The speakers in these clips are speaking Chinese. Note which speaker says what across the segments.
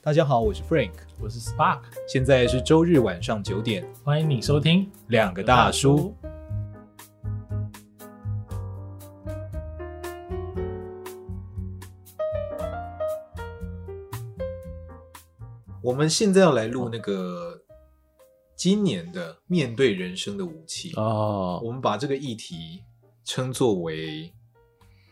Speaker 1: 大家好，我是 Frank，
Speaker 2: 我是 Spark，
Speaker 1: 现在是周日晚上九点，
Speaker 2: 欢迎你收听
Speaker 1: 两个大叔。我们现在要来录那个今年的面对人生的武器，
Speaker 2: 哦，
Speaker 1: 我们把这个议题称作为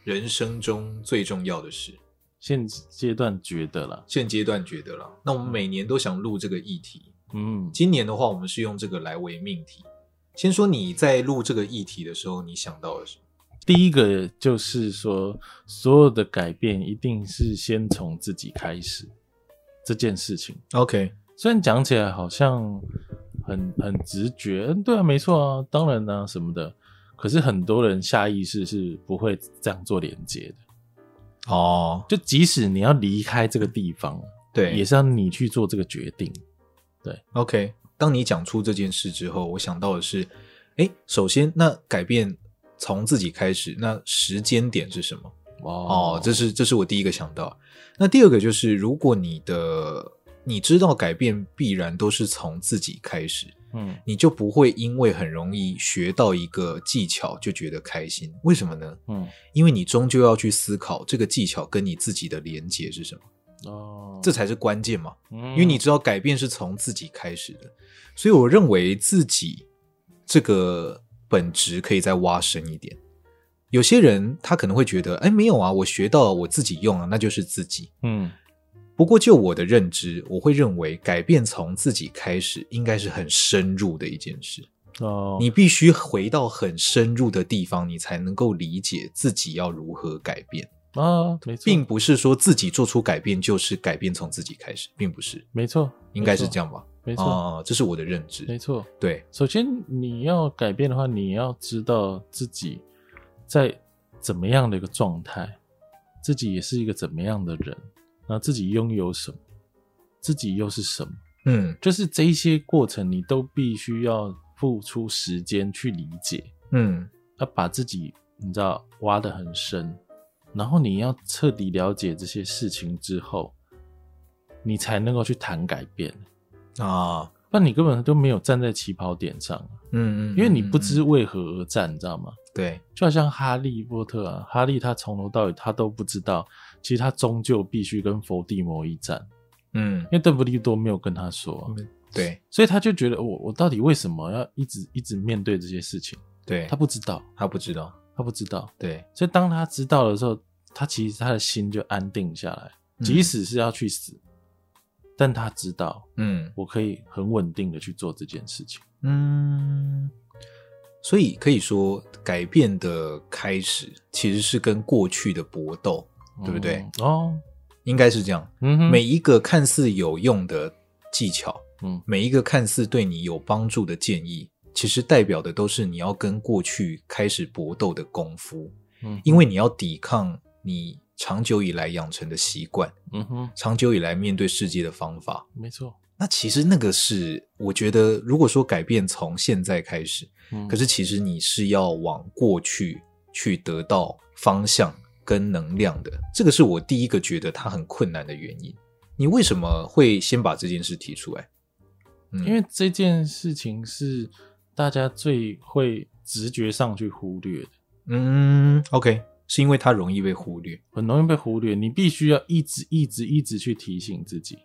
Speaker 1: 人生中最重要的事。
Speaker 2: 现阶段觉得啦，
Speaker 1: 现阶段觉得啦，那我们每年都想录这个议题，
Speaker 2: 嗯，
Speaker 1: 今年的话，我们是用这个来为命题。先说你在录这个议题的时候，你想到了什么？
Speaker 2: 第一个就是说，所有的改变一定是先从自己开始这件事情。
Speaker 1: OK，
Speaker 2: 虽然讲起来好像很很直觉，嗯，对啊，没错啊，当然啊什么的，可是很多人下意识是不会这样做连接的。
Speaker 1: 哦，
Speaker 2: 就即使你要离开这个地方，
Speaker 1: 对，
Speaker 2: 也是要你去做这个决定。
Speaker 1: OK，当你讲出这件事之后，我想到的是，哎，首先，那改变从自己开始，那时间点是什么？哦，这是这是我第一个想到。那第二个就是，如果你的你知道改变必然都是从自己开始，
Speaker 2: 嗯，
Speaker 1: 你就不会因为很容易学到一个技巧就觉得开心。为什么呢？
Speaker 2: 嗯，
Speaker 1: 因为你终究要去思考这个技巧跟你自己的连接是什么，
Speaker 2: 哦，嗯
Speaker 1: 这才是关键嘛。
Speaker 2: 因
Speaker 1: 因为你知道改变是从自己开始的，所以我认为自己这个本质可以再挖深一点。有些人他可能会觉得，哎，没有啊，我学到了我自己用了，那就是自己。
Speaker 2: 嗯
Speaker 1: 不过就我的认知，我会认为改变从自己开始应该是很深入的一件事。
Speaker 2: 哦，
Speaker 1: 你必须回到很深入的地方，你才能够理解自己要如何改变，
Speaker 2: 啊，没错，
Speaker 1: 并不是说自己做出改变就是改变从自己开始，并不是，
Speaker 2: 没错，
Speaker 1: 应该是
Speaker 2: 没错
Speaker 1: 这，样吧？
Speaker 2: 没错，
Speaker 1: 哦，这是我的认知。
Speaker 2: 没错。
Speaker 1: 对，
Speaker 2: 首先你要改变的话，你要知道自己在怎么样的一个状态，自己也是一个怎么样的人，然后自己拥有什么，自己又是什么，
Speaker 1: 嗯
Speaker 2: 就是这一些过程你都必须要付出时间去理解，
Speaker 1: 嗯
Speaker 2: 要把自己你知道挖得很深，然后你要彻底了解这些事情之后，你才能够去谈改变。
Speaker 1: 啊，
Speaker 2: 不然你根本都没有站在起跑点上，
Speaker 1: 嗯嗯，
Speaker 2: 因为你不
Speaker 1: 嗯
Speaker 2: 知为何而战，你知道吗？
Speaker 1: 嗯对，
Speaker 2: 就好像哈利波特啊，哈利他从头到尾他都不知道，其实他终究必须跟伏地魔一战，
Speaker 1: 嗯
Speaker 2: 因为邓布利多没有跟他说啊、
Speaker 1: 对
Speaker 2: 所以他就觉得我我到底为什么要一直一直面对这些事情？
Speaker 1: 对，
Speaker 2: 他
Speaker 1: 他
Speaker 2: 不知道，
Speaker 1: 他不知道，
Speaker 2: 他不知道，
Speaker 1: 对，
Speaker 2: 所以当他知道的时候，他其实他的心就安定下来，
Speaker 1: 嗯
Speaker 2: 即使是要去死，但他知道
Speaker 1: 嗯
Speaker 2: 我可以很稳定的去做这件事情。
Speaker 1: 嗯，所以可以说改变的开始其实是跟过去的搏斗，对不对？
Speaker 2: 嗯？哦，
Speaker 1: 应该是这样。
Speaker 2: 嗯哼，
Speaker 1: 每一个看似有用的技巧，
Speaker 2: 嗯
Speaker 1: 每一个看似对你有帮助的建议，其实代表的都是你要跟过去开始搏斗的功夫，
Speaker 2: 嗯
Speaker 1: 因为你要抵抗你长久以来养成的习惯，
Speaker 2: 嗯哼，
Speaker 1: 长久以来面对世界的方法。
Speaker 2: 没错。
Speaker 1: 那其实那个是，我觉得如果说改变从现在开始，
Speaker 2: 嗯
Speaker 1: 可是其实你是要往过去去得到方向跟能量的，这个是我第一个觉得它很困难的原因。你为什么会先把这件事提出来？嗯
Speaker 2: 因为这件事情是大家最会直觉上去忽略的，
Speaker 1: 嗯，OK，是因为它容易被忽略。
Speaker 2: 很容易被忽略。你必须要一直一直一直去提醒自己，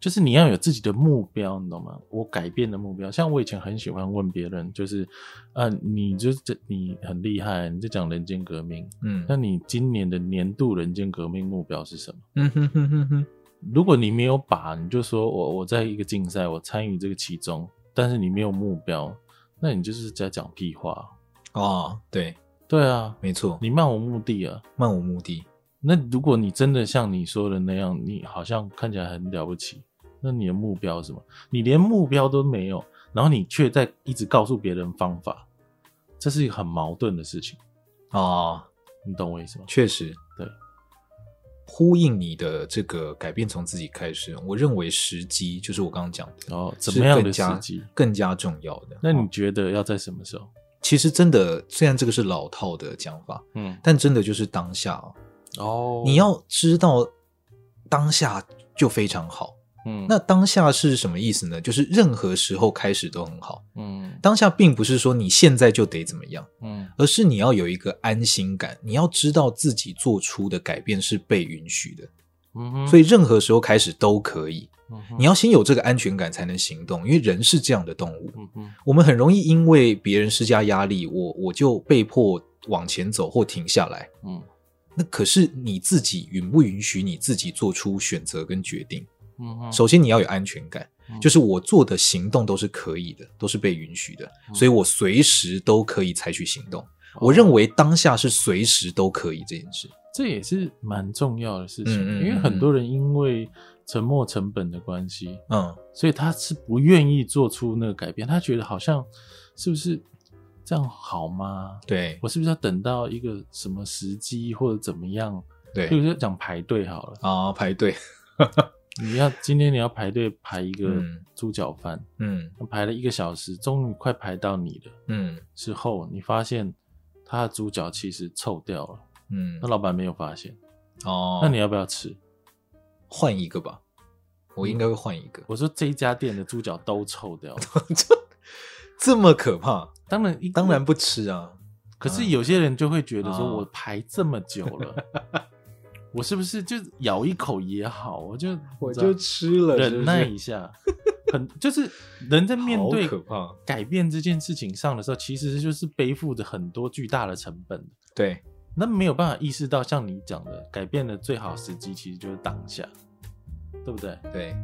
Speaker 2: 就是你要有自己的目标，你懂吗？我改变的目标，像我以前很喜欢问别人，就是，啊，你就是这你很厉害，你在讲人间革命，
Speaker 1: 嗯
Speaker 2: 那你今年的年度人间革命目标是什么？
Speaker 1: 嗯哼哼哼哼，
Speaker 2: 如果你没有把，你就说我我在一个竞赛，我参与这个其中，但是你没有目标，那你就是在讲屁话。
Speaker 1: 哦，对，
Speaker 2: 对啊，
Speaker 1: 没错，
Speaker 2: 你漫无目的啊。
Speaker 1: 漫无目的。
Speaker 2: 那如果你真的像你说的那样，你好像看起来很了不起，那你的目标是什么？你连目标都没有，然后你却在一直告诉别人方法，这是一个很矛盾的事情，
Speaker 1: 哦，
Speaker 2: 你懂我意思吗？
Speaker 1: 确实，
Speaker 2: 对，
Speaker 1: 呼应你的这个改变从自己开始。我认为时机就是我刚刚讲的，
Speaker 2: 然后怎么样的
Speaker 1: 是更
Speaker 2: 时
Speaker 1: 加
Speaker 2: 机？
Speaker 1: 更加重要的。
Speaker 2: 哦那你
Speaker 1: 哦
Speaker 2: 觉得要在什么时候？
Speaker 1: 其实真的，虽然这个是老套的讲法，
Speaker 2: 嗯，
Speaker 1: 但真的就是当下、哦，
Speaker 2: 哦
Speaker 1: 你要知道当下就非常好。
Speaker 2: 嗯，
Speaker 1: 那当下是什么意思呢？就是任何时候开始都很好。
Speaker 2: 嗯
Speaker 1: 当下并不是说你现在就得怎么样，
Speaker 2: 嗯
Speaker 1: 而是你要有一个安心感，你要知道自己做出的改变是被允许的，
Speaker 2: 嗯哼，
Speaker 1: 所以任何时候开始都可以。
Speaker 2: 嗯哼
Speaker 1: 你要先有这个安全感才能行动，因为人是这样的动物，
Speaker 2: 嗯哼
Speaker 1: 我们很容易因为别人施加压力，我我就被迫往前走或停下来。
Speaker 2: 嗯
Speaker 1: 那可是你自己允不允许你自己做出选择跟决定？
Speaker 2: 嗯哼，
Speaker 1: 首先你要有安全感
Speaker 2: 嗯，
Speaker 1: 就是我做的行动都是可以的，都是被允许的，
Speaker 2: 嗯
Speaker 1: 所以我随时都可以采取行动。
Speaker 2: 哦
Speaker 1: 我认为当下是随时都可以这件事。
Speaker 2: 这也是蛮重要的事情，
Speaker 1: 嗯嗯嗯
Speaker 2: 因为很多人因为沉没成本的关系，
Speaker 1: 嗯，
Speaker 2: 所以他是不愿意做出那个改变，他觉得好像是不是这样好吗？
Speaker 1: 对
Speaker 2: 我是不是要等到一个什么时机或者怎么样？比
Speaker 1: 对
Speaker 2: 如说讲排队好了，
Speaker 1: 啊，排队，
Speaker 2: 你要今天你要排队排一个
Speaker 1: 嗯
Speaker 2: 猪脚饭，
Speaker 1: 嗯
Speaker 2: 排了一个小时，终于快排到你了
Speaker 1: 嗯
Speaker 2: 之后，你发现他的猪脚其实臭掉了，
Speaker 1: 嗯
Speaker 2: 那，老板没有发现，
Speaker 1: 哦，
Speaker 2: 那你要不要吃？
Speaker 1: 换一个吧，我应该会换一个。
Speaker 2: 我说这一家店的猪脚都臭掉了，
Speaker 1: 这这么可怕？
Speaker 2: 当然一
Speaker 1: 当然，不吃啊。
Speaker 2: 可是有些人就会觉得说，
Speaker 1: 啊
Speaker 2: 我排这么久了， 我是不是就咬一口也好，我就你知
Speaker 1: 吃了
Speaker 2: 道忍耐一下，很就是人在面
Speaker 1: 好
Speaker 2: 对
Speaker 1: 可怕
Speaker 2: 改变这件事情上的时候，其实就是背负着很多巨大的成本的
Speaker 1: 对，
Speaker 2: 那没有办法意识到，像你讲的，改变的最好时机其实就是当下，对不对？
Speaker 1: 对，